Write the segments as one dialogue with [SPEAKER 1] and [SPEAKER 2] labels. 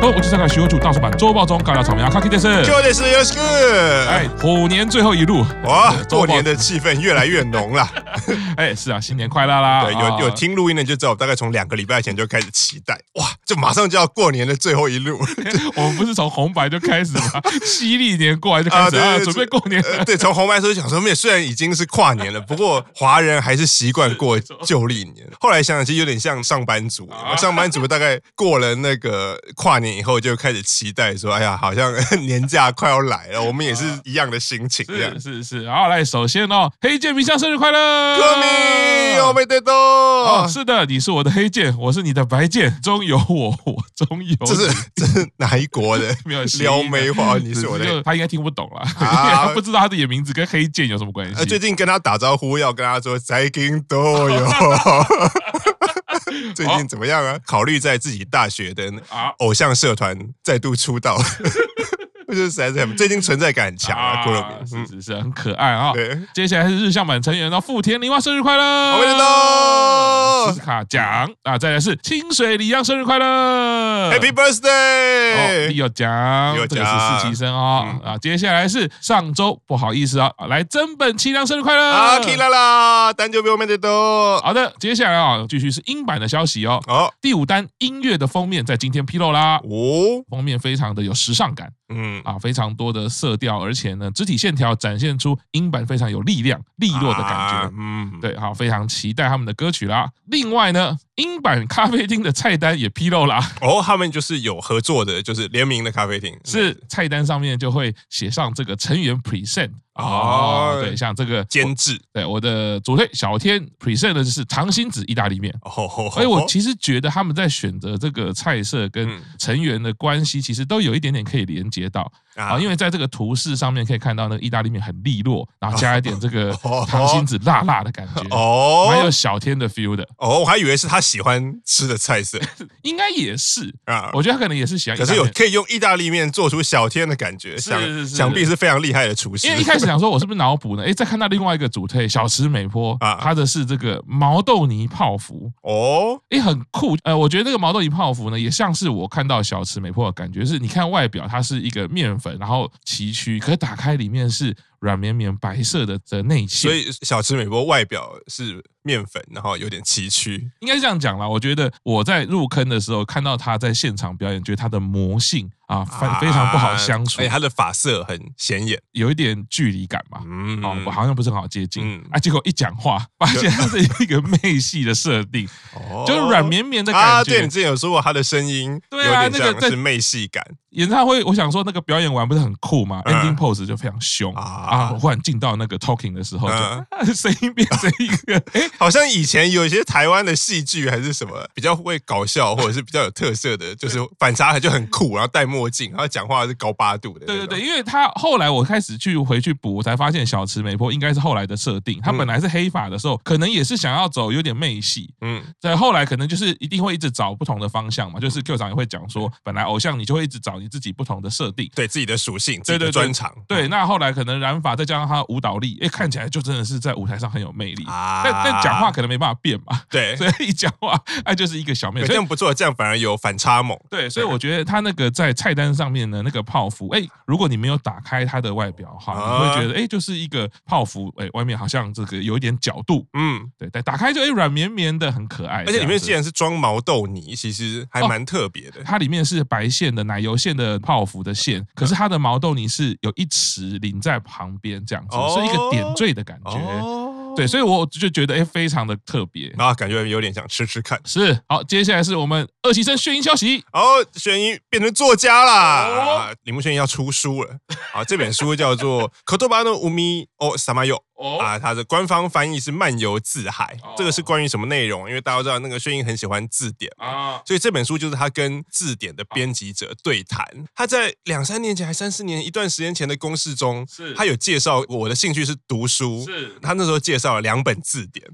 [SPEAKER 1] 都我是上海徐文主大叔版周报中尬聊草莓阿卡基电视。
[SPEAKER 2] 今日是よろしく。
[SPEAKER 1] 哎，虎年最后一路，
[SPEAKER 2] 哇，
[SPEAKER 1] 周报
[SPEAKER 2] 过年的气氛越来越浓了。
[SPEAKER 1] 哎，是啊，新年快乐啦！
[SPEAKER 2] 对，
[SPEAKER 1] 啊
[SPEAKER 2] 有有听录音的就知道，我大概从两个礼拜前就开始期待，哇，这马上就要过年的最后一路
[SPEAKER 1] 我们不是从红白就开始吗？犀利年过来就开始啊，准备过年了。
[SPEAKER 2] 呃对，从红白的时候就想说，没有，虽然已经是跨年了， 不过华人还是习惯过旧历年。后来想想，其实有点像上班族，
[SPEAKER 1] 啊
[SPEAKER 2] 上班族大概过了那个跨年以后，就开始期待说，哎呀，好像 年假快要来了，我们也是一样的心情这样
[SPEAKER 1] 啊是。是是，好，来，首先哦，黑剑明香生日快乐，
[SPEAKER 2] 歌迷，
[SPEAKER 1] 啊
[SPEAKER 2] 我没得到，
[SPEAKER 1] 哦，是的，你是我的黑剑，我是你的白剑，中有我，我中有你。
[SPEAKER 2] 这是这是哪一国的
[SPEAKER 1] 哦 没有谐音的
[SPEAKER 2] 撩妹话？你是我
[SPEAKER 1] 只
[SPEAKER 2] 的
[SPEAKER 1] 就。他应该听不懂啦，
[SPEAKER 2] 啊
[SPEAKER 1] 他不知道他的名字跟黑剑有什么关系。
[SPEAKER 2] 呃，最近跟他打招呼，要跟他说再见都有。 最近怎么样啊？考虑在自己大学的
[SPEAKER 1] 啊
[SPEAKER 2] 偶像社团再度出道， 我觉得实在是很最近存在感很强啊，郭
[SPEAKER 1] 啊
[SPEAKER 2] 乐，明。
[SPEAKER 1] 是
[SPEAKER 2] 嗯，
[SPEAKER 1] 是是，很可爱啊。
[SPEAKER 2] 对，
[SPEAKER 1] 接下来是日向版成员的富田林花生日快乐，
[SPEAKER 2] 我们喽
[SPEAKER 1] 斯卡奖啊，再来是清水里央生日快乐
[SPEAKER 2] Happy
[SPEAKER 1] 嗯哦，
[SPEAKER 2] Birthday！
[SPEAKER 1] 有奖，
[SPEAKER 2] 有
[SPEAKER 1] 这个是
[SPEAKER 2] 奖嗯
[SPEAKER 1] 实习生哦。啊，接下来是上周不好意思啊，啊来真本清凉生日快乐
[SPEAKER 2] 啊，K 啦啦，单就比我们的多。
[SPEAKER 1] 好的，接下来啊，继续是英版的消息哦。
[SPEAKER 2] 哦，
[SPEAKER 1] 第五单音乐的封面在今天披露啦，
[SPEAKER 2] 哦，
[SPEAKER 1] 封面非常的有时尚感
[SPEAKER 2] 嗯，
[SPEAKER 1] 啊，非常多的色调，而且呢，肢体线条展现出英版非常有力量、利落的感觉
[SPEAKER 2] 啊。嗯，
[SPEAKER 1] 对，好，非常期待他们的歌曲啦。另外呢，英版咖啡厅的菜单也披露啦，
[SPEAKER 2] 哦，他们就是有合作的，就是联名的咖啡厅，
[SPEAKER 1] 是菜单上面就会写上这个成员 present
[SPEAKER 2] 哦
[SPEAKER 1] 哦，对，像这个
[SPEAKER 2] 监制。
[SPEAKER 1] 对我的组队小天 present 的就是长心子意大利面。
[SPEAKER 2] 哦，
[SPEAKER 1] 所以哎我其实觉得他们在选择这个菜色跟
[SPEAKER 2] 嗯
[SPEAKER 1] 成员的关系，其实都有一点点可以连接到啊，因为在这个图示上面可以看到那个意大利面很利落，然后加一点这个
[SPEAKER 2] 哦
[SPEAKER 1] 糖心子辣辣的感觉，还有
[SPEAKER 2] 哦
[SPEAKER 1] 小天的 feel 的，
[SPEAKER 2] 哦，我还以为是他喜欢吃的菜色
[SPEAKER 1] 应该也是，
[SPEAKER 2] 啊。
[SPEAKER 1] 我觉得他可能也是喜欢意
[SPEAKER 2] 可
[SPEAKER 1] 大
[SPEAKER 2] 是
[SPEAKER 1] 利
[SPEAKER 2] 有
[SPEAKER 1] 面。
[SPEAKER 2] 可以用意大利面做出小天的感觉，
[SPEAKER 1] 是
[SPEAKER 2] 想
[SPEAKER 1] 是是
[SPEAKER 2] 想必是非常厉害的厨师。
[SPEAKER 1] 因为一开始想说我是不是脑补呢？诶，再看到另外一个主推小池美波
[SPEAKER 2] 啊
[SPEAKER 1] 他的是这个毛豆泥泡芙，
[SPEAKER 2] 哦，
[SPEAKER 1] 诶，很酷。呃，我觉得这个毛豆泥泡芙呢，也像是我看到小池美波的感觉是，你看外表它是一个面粉，然后崎岖，可是打开里面是软绵绵白色的的内馅，
[SPEAKER 2] 所以小池美波外表是面粉，然后有点崎岖
[SPEAKER 1] 应该是这样讲啦。我觉得我在入坑的时候看到他在现场表演，觉得他的魔性啊，非
[SPEAKER 2] 啊
[SPEAKER 1] 非常不好相处
[SPEAKER 2] 而且，啊哎他的发色很显眼。
[SPEAKER 1] 有一点距离感嘛。
[SPEAKER 2] 嗯
[SPEAKER 1] 哦，我好像不是很好接近、
[SPEAKER 2] 嗯
[SPEAKER 1] 啊。结果一讲 话，发现它是一个媚系的设定，
[SPEAKER 2] 哦
[SPEAKER 1] 就是软绵绵的
[SPEAKER 2] 啊，
[SPEAKER 1] 感
[SPEAKER 2] 对
[SPEAKER 1] 觉
[SPEAKER 2] 你。之前有说过他的声音，
[SPEAKER 1] 对啊
[SPEAKER 2] 有点
[SPEAKER 1] 那个在
[SPEAKER 2] 像是妹系感
[SPEAKER 1] 演唱会，我想说那个表演完不是很酷嘛、
[SPEAKER 2] 嗯
[SPEAKER 1] e n d i n g pose 就非常凶
[SPEAKER 2] 啊嗯
[SPEAKER 1] 啊我忽然进到那个 talking 的时候，就、啊声音变成一 个，哎、
[SPEAKER 2] 好像以前有一些台湾的戏剧还是什么比较会搞笑，或者是比较有特色的，就是反差就很酷，然后戴墨镜，然后讲话是高八度的。
[SPEAKER 1] 对对对，，因为他后来我开始去回去补，我才发现小池美波应该是后来的设定，
[SPEAKER 2] 嗯
[SPEAKER 1] 他本来是黑发的时候，可能也是想要走有点媚系，
[SPEAKER 2] 嗯，
[SPEAKER 1] 在后来可能就是一定会一直找不同的方向嘛，就是 Q 长也会讲说，本来偶像你就会一直找你自己不同的设定。
[SPEAKER 2] 对自己的属性、自
[SPEAKER 1] 对
[SPEAKER 2] 己
[SPEAKER 1] 对
[SPEAKER 2] 的
[SPEAKER 1] 对
[SPEAKER 2] 专长，
[SPEAKER 1] 对，那后来可能染发再加上他舞蹈力，哎，看起来就真的是在舞台上很有魅力。
[SPEAKER 2] 啊
[SPEAKER 1] 但但讲话可能没办法变嘛，
[SPEAKER 2] 对，
[SPEAKER 1] 所以一讲话哎就是一个小妹。
[SPEAKER 2] 对
[SPEAKER 1] 所
[SPEAKER 2] 这
[SPEAKER 1] 以
[SPEAKER 2] 样不错，这样反而有反差萌。
[SPEAKER 1] 对，所以我觉得他那个在菜单上面的那个泡芙，哎，如果你没有打开它的外表的话，
[SPEAKER 2] 啊
[SPEAKER 1] 你会觉得哎就是一个泡芙，哎，外面好像这个有一点角度，
[SPEAKER 2] 嗯，
[SPEAKER 1] 对，但打开就哎软绵绵的，很可爱。
[SPEAKER 2] 而且里
[SPEAKER 1] 这样
[SPEAKER 2] 面
[SPEAKER 1] 子
[SPEAKER 2] 既然是装毛豆泥，其实
[SPEAKER 1] 哦
[SPEAKER 2] 还蛮特别的。
[SPEAKER 1] 它里面是白馅的奶油馅的泡芙的馅，可是它的毛豆泥是有一匙淋在旁边这样子，
[SPEAKER 2] 哦
[SPEAKER 1] 是一个点缀的感觉。
[SPEAKER 2] 哦，
[SPEAKER 1] 对，所以我就觉得哎、诶非常的特别。
[SPEAKER 2] 然后感觉有点想吃吃看。
[SPEAKER 1] 是好，接下来是我们二期生炫音消息，
[SPEAKER 2] 然后玄一变成作家啦，
[SPEAKER 1] 哦
[SPEAKER 2] 啊铃木玄一要出书了。啊，这本书叫做《Kotoba no Umi o Samayo》。
[SPEAKER 1] 哦
[SPEAKER 2] 啊，它的官方翻译是漫游字海
[SPEAKER 1] 哦，
[SPEAKER 2] 这个是关于什么内容？因为大家都知道那个宣英很喜欢字典嘛，
[SPEAKER 1] 啊，
[SPEAKER 2] 所以这本书就是他跟字典的编辑者对谈。他在两三年前还三四年一段时间前的公示中，
[SPEAKER 1] 是
[SPEAKER 2] 他有介绍我的兴趣是读书，
[SPEAKER 1] 是
[SPEAKER 2] 他那时候介绍了两本字典，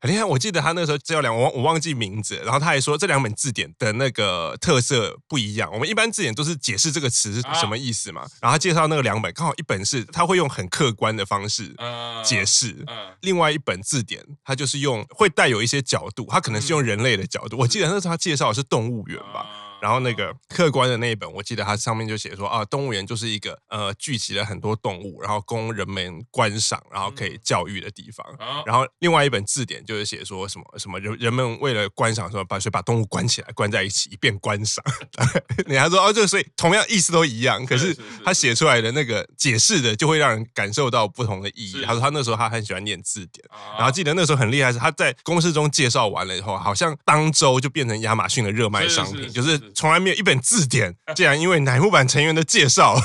[SPEAKER 2] 很厉害。我记得他那时候介绍两，我忘我忘记名字了，然后他还说这两本字典的那个特色不一样。我们一般字典都是解释这个词是什么意思嘛，然后他介绍那个两本，刚好一本是他会用很客观的方式
[SPEAKER 1] 呃
[SPEAKER 2] 解释。
[SPEAKER 1] 嗯
[SPEAKER 2] 另外一本字典，它
[SPEAKER 1] 呃
[SPEAKER 2] 就是用会带有一些角度，它可能是用人类的角度。我记得那时候他介绍的是动物园吧，然后那个客观的那一本，我记得它上面就写说啊，动物园就是一个呃聚集了很多动物，然后供人们观赏，然后可
[SPEAKER 1] 嗯
[SPEAKER 2] 以教育的地方。
[SPEAKER 1] 好
[SPEAKER 2] 然后另外一本字典就是写说什么什么人人们为了观赏说把所以把动物关起来关在一起以便观赏。 你还说哦，这个所以同样意思都一样，可
[SPEAKER 1] 是
[SPEAKER 2] 是
[SPEAKER 1] 是是
[SPEAKER 2] 他写出来的那个解释的就会让人感受到不同的意
[SPEAKER 1] 是
[SPEAKER 2] 义。他说他那时候他很喜欢念字典。然后
[SPEAKER 1] 好
[SPEAKER 2] 记得那时候很厉害，是他在公式中介绍完了以后，好像当周就变成亚马逊的热卖商品，
[SPEAKER 1] 是是是
[SPEAKER 2] 就是
[SPEAKER 1] 是
[SPEAKER 2] 从来没有一本字典，竟然因为乃木坂成员的 介绍，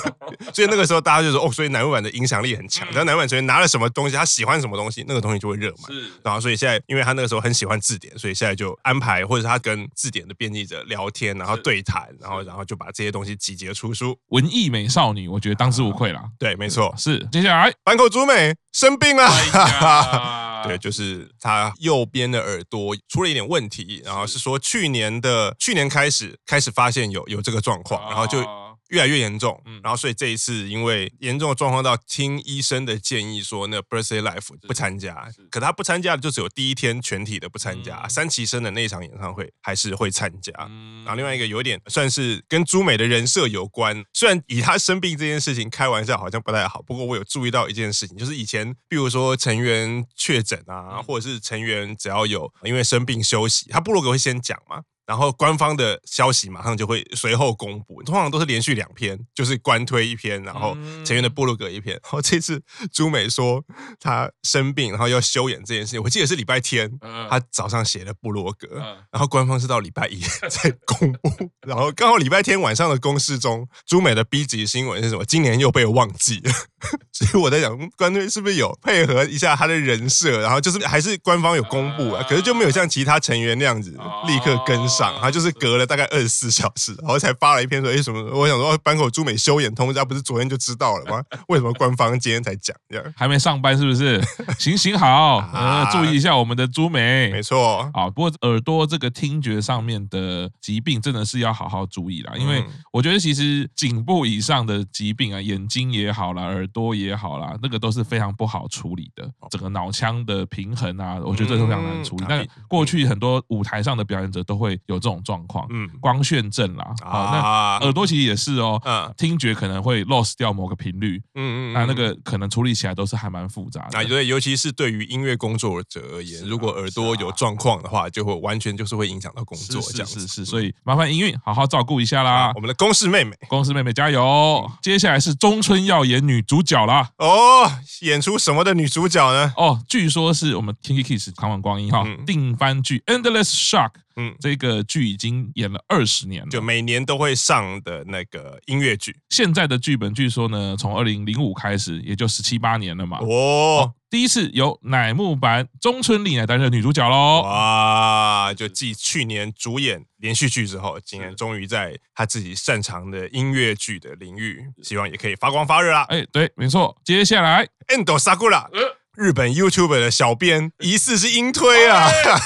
[SPEAKER 2] 所以那个时候大家就说哦，所以乃木坂的影响力很强。
[SPEAKER 1] 嗯
[SPEAKER 2] 然后乃木坂成员拿了什么东西，他喜欢什么东西，那个东西就会热卖。
[SPEAKER 1] 是
[SPEAKER 2] 然后所以现在，因为他那个时候很喜欢字典，所以现在就安排或者他跟字典的编辑者聊天，然后
[SPEAKER 1] 是
[SPEAKER 2] 对谈，然后然后就把这些东西集结出书。
[SPEAKER 1] 文艺美少女，我觉得当之无愧啦。
[SPEAKER 2] 对，没错，
[SPEAKER 1] 是，接 下来，
[SPEAKER 2] 坂口竹美生病了。
[SPEAKER 1] 哎哎呀
[SPEAKER 2] 对，就是他右边的耳朵出了一点问题，然后是说去年的去年开始开始发现有有这个状况，然后就
[SPEAKER 1] 啊
[SPEAKER 2] 越来越严重
[SPEAKER 1] 嗯，
[SPEAKER 2] 然后所以这一次因为严重的状况到听医生的建议说那 birthday life 不参加
[SPEAKER 1] 是，
[SPEAKER 2] 可他不参加的就只有第一天全体的不参加，
[SPEAKER 1] 嗯
[SPEAKER 2] 三崎生的那一场演唱会还是会参加。
[SPEAKER 1] 嗯
[SPEAKER 2] 啊然后另外一个有点算是跟朱美的人设有关，虽然以她生病这件事情开玩笑好像不太好，不过我有注意到一件事情，就是以前比如说成员确诊啊，
[SPEAKER 1] 嗯
[SPEAKER 2] 或者是成员只要有因为生病休息，他部落格会先讲嘛。然后官方的消息马上就会随后公布，通常都是连续两篇，就是官推一篇，然后
[SPEAKER 1] 嗯
[SPEAKER 2] 成员的部落格一篇。然 后这次朱美说她生病，然后要休演这件事情，我记得是礼拜天，
[SPEAKER 1] 嗯
[SPEAKER 2] 她早上写了部落格，
[SPEAKER 1] 嗯
[SPEAKER 2] 然后官方是到礼拜一 才公布，然后刚好礼拜天晚上的公示中，朱美的 B 级新闻是什么？今年又被忘记了， 所以我在想，嗯官队是不是有配合一下他的人设，然后就是还是官方有公布啊，可是就没有像其他成员那样子
[SPEAKER 1] 哦
[SPEAKER 2] 立刻跟上，他就是隔了大概二十四小时，然后才发了一篇说，哎什么？我想说，哦坂口朱美休演通知，不是昨天就知道了吗？ 为什么官方今天才讲？这样
[SPEAKER 1] 还没上班是不是？ 行行好，呃
[SPEAKER 2] 啊
[SPEAKER 1] 注意一下我们的朱梅。
[SPEAKER 2] 没错，哦
[SPEAKER 1] 啊，不过耳朵这个听觉上面的疾病真的是要好好注意啦，因为
[SPEAKER 2] 嗯
[SPEAKER 1] 我觉得其实颈部以上的疾病啊，眼睛也好啦，耳朵也好啦，那个都是非常不好处理的。整个脑腔的平衡啊，我觉得这都非常难处理。
[SPEAKER 2] 哦嗯
[SPEAKER 1] 但过去很多舞台上的表演者都会有这种状况，
[SPEAKER 2] 嗯
[SPEAKER 1] 光炫症啦，啊，
[SPEAKER 2] 啊
[SPEAKER 1] 那耳朵其实也是哦。
[SPEAKER 2] 嗯
[SPEAKER 1] 听觉可能会 loss 掉某个频率，
[SPEAKER 2] 嗯
[SPEAKER 1] 啊那那个可能处理起来都是还蛮复杂的。
[SPEAKER 2] 啊，对，尤其是对于音乐工作者而言，
[SPEAKER 1] 是啊
[SPEAKER 2] 如果耳朵有状况的话，就会完全就是会影响到工
[SPEAKER 1] 是
[SPEAKER 2] 作这
[SPEAKER 1] 是
[SPEAKER 2] 样子。嗯
[SPEAKER 1] 是是，所以麻烦营运好好照顾一下啦
[SPEAKER 2] 啊，我。们的公式妹妹
[SPEAKER 1] 公司妹妹加油！接下来是中村耀演女主角啦。
[SPEAKER 2] 哦，演出什么的女主角呢？
[SPEAKER 1] 哦，据说是我们 Kinky Kiss 扛碗光阴哈、
[SPEAKER 2] 嗯
[SPEAKER 1] 定番剧《Endless Shock》
[SPEAKER 2] 嗯，
[SPEAKER 1] 这个剧已经演了二十年
[SPEAKER 2] 就
[SPEAKER 1] 了。
[SPEAKER 2] 每年都会上的那个音乐剧
[SPEAKER 1] 现在的剧本据说呢，从二零零五开始，也就十七八年了嘛。
[SPEAKER 2] 哦，
[SPEAKER 1] 第一次由乃木坂中村里乃担任女主角喽。哦
[SPEAKER 2] 哇！就继去年主演连续剧之后，今年终于在她自己擅长的音乐剧的领域，希望也可以发光发热啦。
[SPEAKER 1] 哎，对，没错。接下来
[SPEAKER 2] Endo Sakura，
[SPEAKER 1] 呃
[SPEAKER 2] 日本 YouTube 的小编，疑似是音推 啊。
[SPEAKER 1] 哎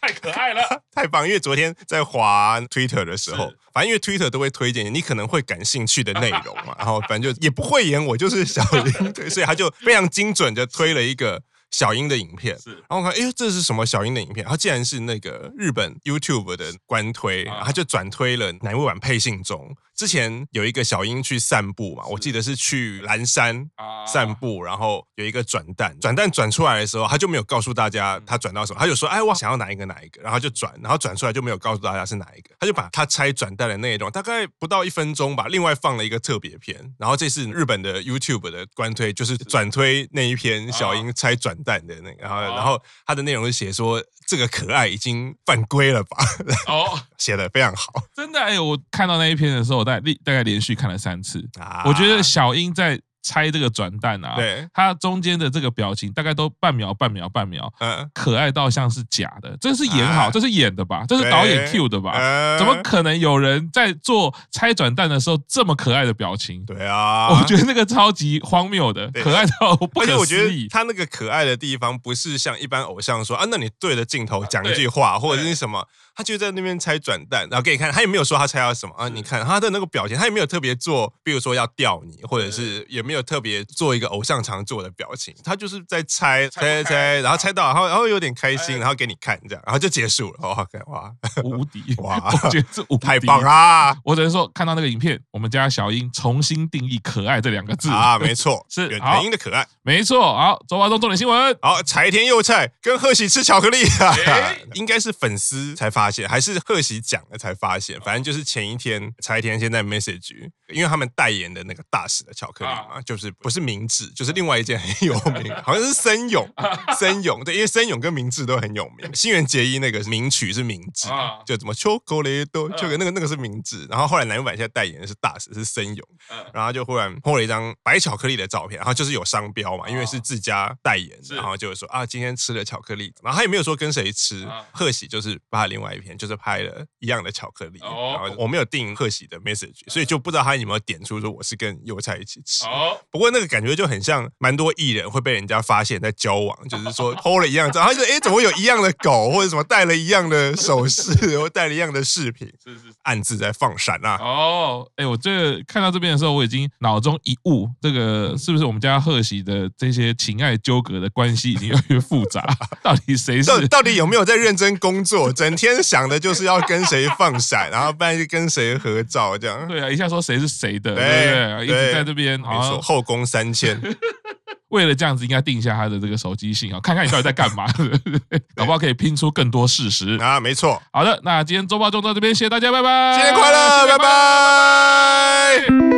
[SPEAKER 1] 太可爱了，
[SPEAKER 2] 太棒！因为昨天在滑 Twitter 的时候
[SPEAKER 1] 是，
[SPEAKER 2] 反正因为 Twitter 都会推荐你可能会感兴趣的内容 嘛，然后反正就也不会演，我就是小英，对，所以他就非常精准的推了一个小英的影片。
[SPEAKER 1] 是
[SPEAKER 2] 然后我看，哎呦，这是什么小英的影片？它竟然是那个日本 YouTube 的官推，
[SPEAKER 1] 啊
[SPEAKER 2] 然后他就转推了乃木坂配信中。之前有一个小英去散步嘛，我记得是去蓝山，
[SPEAKER 1] 啊
[SPEAKER 2] 散步，然后有一个转蛋，转蛋转出来的时候，他就没有告诉大家
[SPEAKER 1] 嗯
[SPEAKER 2] 他转到什么，他就说，哎，我想要哪一个哪一个，然后就转，然后转出来就没有告诉大家是哪一个，他就把他拆转蛋的内容，大概不到一分钟吧，另外放了一个特别篇，然后这是日本的 YouTube 的官推，就是转推那一
[SPEAKER 1] 啊
[SPEAKER 2] 篇小英拆转蛋的那个，然后然后他的内容是写说这个可爱已经犯规了吧，
[SPEAKER 1] 哦，
[SPEAKER 2] 写的非常好
[SPEAKER 1] 真的哎、我看到那一篇的时候，我大概大概连续看了三次。
[SPEAKER 2] 啊
[SPEAKER 1] 我觉得小英在拆这个转蛋啊，，
[SPEAKER 2] 对，
[SPEAKER 1] 她中间的这个表情大概都半秒、半秒、半秒，
[SPEAKER 2] 嗯，
[SPEAKER 1] 可爱到像是假的。这是演好，
[SPEAKER 2] 啊
[SPEAKER 1] 这是演的吧？这是导演
[SPEAKER 2] 对
[SPEAKER 1] Q 的吧？
[SPEAKER 2] 呃
[SPEAKER 1] 怎么可能有人在做拆转蛋的时候这么可爱的表情？
[SPEAKER 2] 对啊？
[SPEAKER 1] 我觉得那个超级荒谬的，
[SPEAKER 2] 对
[SPEAKER 1] 可爱到不
[SPEAKER 2] 而且
[SPEAKER 1] 可
[SPEAKER 2] 我觉
[SPEAKER 1] 思
[SPEAKER 2] 得
[SPEAKER 1] 议。
[SPEAKER 2] 他那个可爱的地方，不是像一般偶像说啊，那你对着镜头讲一句话，或者是什么，他就在那边拆转蛋，然后给你看，他也没有说他猜到什么啊。你看他的那个表情，他也没有特别做，比如说要吊你，或者是也没有特别做一个偶像常做的表情，他就是在猜猜
[SPEAKER 1] 猜
[SPEAKER 2] 猜猜，然后猜到，然后然后有点开
[SPEAKER 1] 哎
[SPEAKER 2] 心，然后给你看这样，然后就结束了。哇哇，
[SPEAKER 1] 无敌
[SPEAKER 2] 哇
[SPEAKER 1] 我觉得这无敌
[SPEAKER 2] 太棒！ 啦！
[SPEAKER 1] 我只能说，看到那个影片，我们家小英重新定义“可爱”这两个字
[SPEAKER 2] 啊，没错，
[SPEAKER 1] 是
[SPEAKER 2] 原
[SPEAKER 1] 好
[SPEAKER 2] 原因的可爱。
[SPEAKER 1] 没错。好，周华中重点新闻，
[SPEAKER 2] 好，柴田佑菜跟贺喜吃巧克力啊，
[SPEAKER 1] 哎
[SPEAKER 2] 应该是粉丝才发现，还是贺喜讲了才发现。反正就是前一天，柴田先在 message，因为他们代言的那个大使的巧克力
[SPEAKER 1] 啊
[SPEAKER 2] 嘛，就是不是明治，就是另外一件很有名， 好像是森永，森永对，因为森永跟明治都很有名。新垣结衣那个名曲是明治，
[SPEAKER 1] 啊
[SPEAKER 2] 就怎么 chocolate 就那个那个是明治，然后后来南版现在代言的是大使是森永，然后就忽然 po 了一张白巧克力的照片，然后就是有商标嘛，因为是自家代言，
[SPEAKER 1] 哦是
[SPEAKER 2] 然后就是说啊，今天吃了巧克力，然后他也没有说跟谁吃
[SPEAKER 1] 啊，
[SPEAKER 2] 贺喜就是把另外一篇就是拍了一样的巧克力，
[SPEAKER 1] 哦嗯
[SPEAKER 2] 然后我没有订贺喜的 message，所以就不知道他有没有点出说我是跟油菜一起吃。
[SPEAKER 1] 好，
[SPEAKER 2] 不过那个感觉就很像蛮多艺人会被人家发现在交往，就是说 PO 了一样照，他就哎怎么会有一样的狗，或者什么戴了一样的首饰，或戴了一样的饰品，
[SPEAKER 1] 是是。
[SPEAKER 2] 暗自在放闪啊。
[SPEAKER 1] 哦，哎，我这看到这边的时候，我已经脑中一雾，这个是不是我们家贺喜的这些情爱纠葛的关系已经越来越复杂？ 到底谁是
[SPEAKER 2] 到到底有没有在认真工作？ 整天想的就是要跟谁放闪，然后不然就跟谁合照这样。
[SPEAKER 1] 对啊，一下说谁是谁的，
[SPEAKER 2] 对
[SPEAKER 1] 对啊不对？一直
[SPEAKER 2] 对
[SPEAKER 1] 在这边，
[SPEAKER 2] 没
[SPEAKER 1] 好
[SPEAKER 2] 错，
[SPEAKER 1] 像
[SPEAKER 2] 后宫三千，
[SPEAKER 1] 为了这样子，应该定一下他的这个手机信啊，看看你到底在干 嘛，对不对搞不好可以拼出更多事实。
[SPEAKER 2] 啊，没错。
[SPEAKER 1] 哎好的，那今天周报就到这边，谢谢大家，拜拜，
[SPEAKER 2] 新年快乐，拜拜。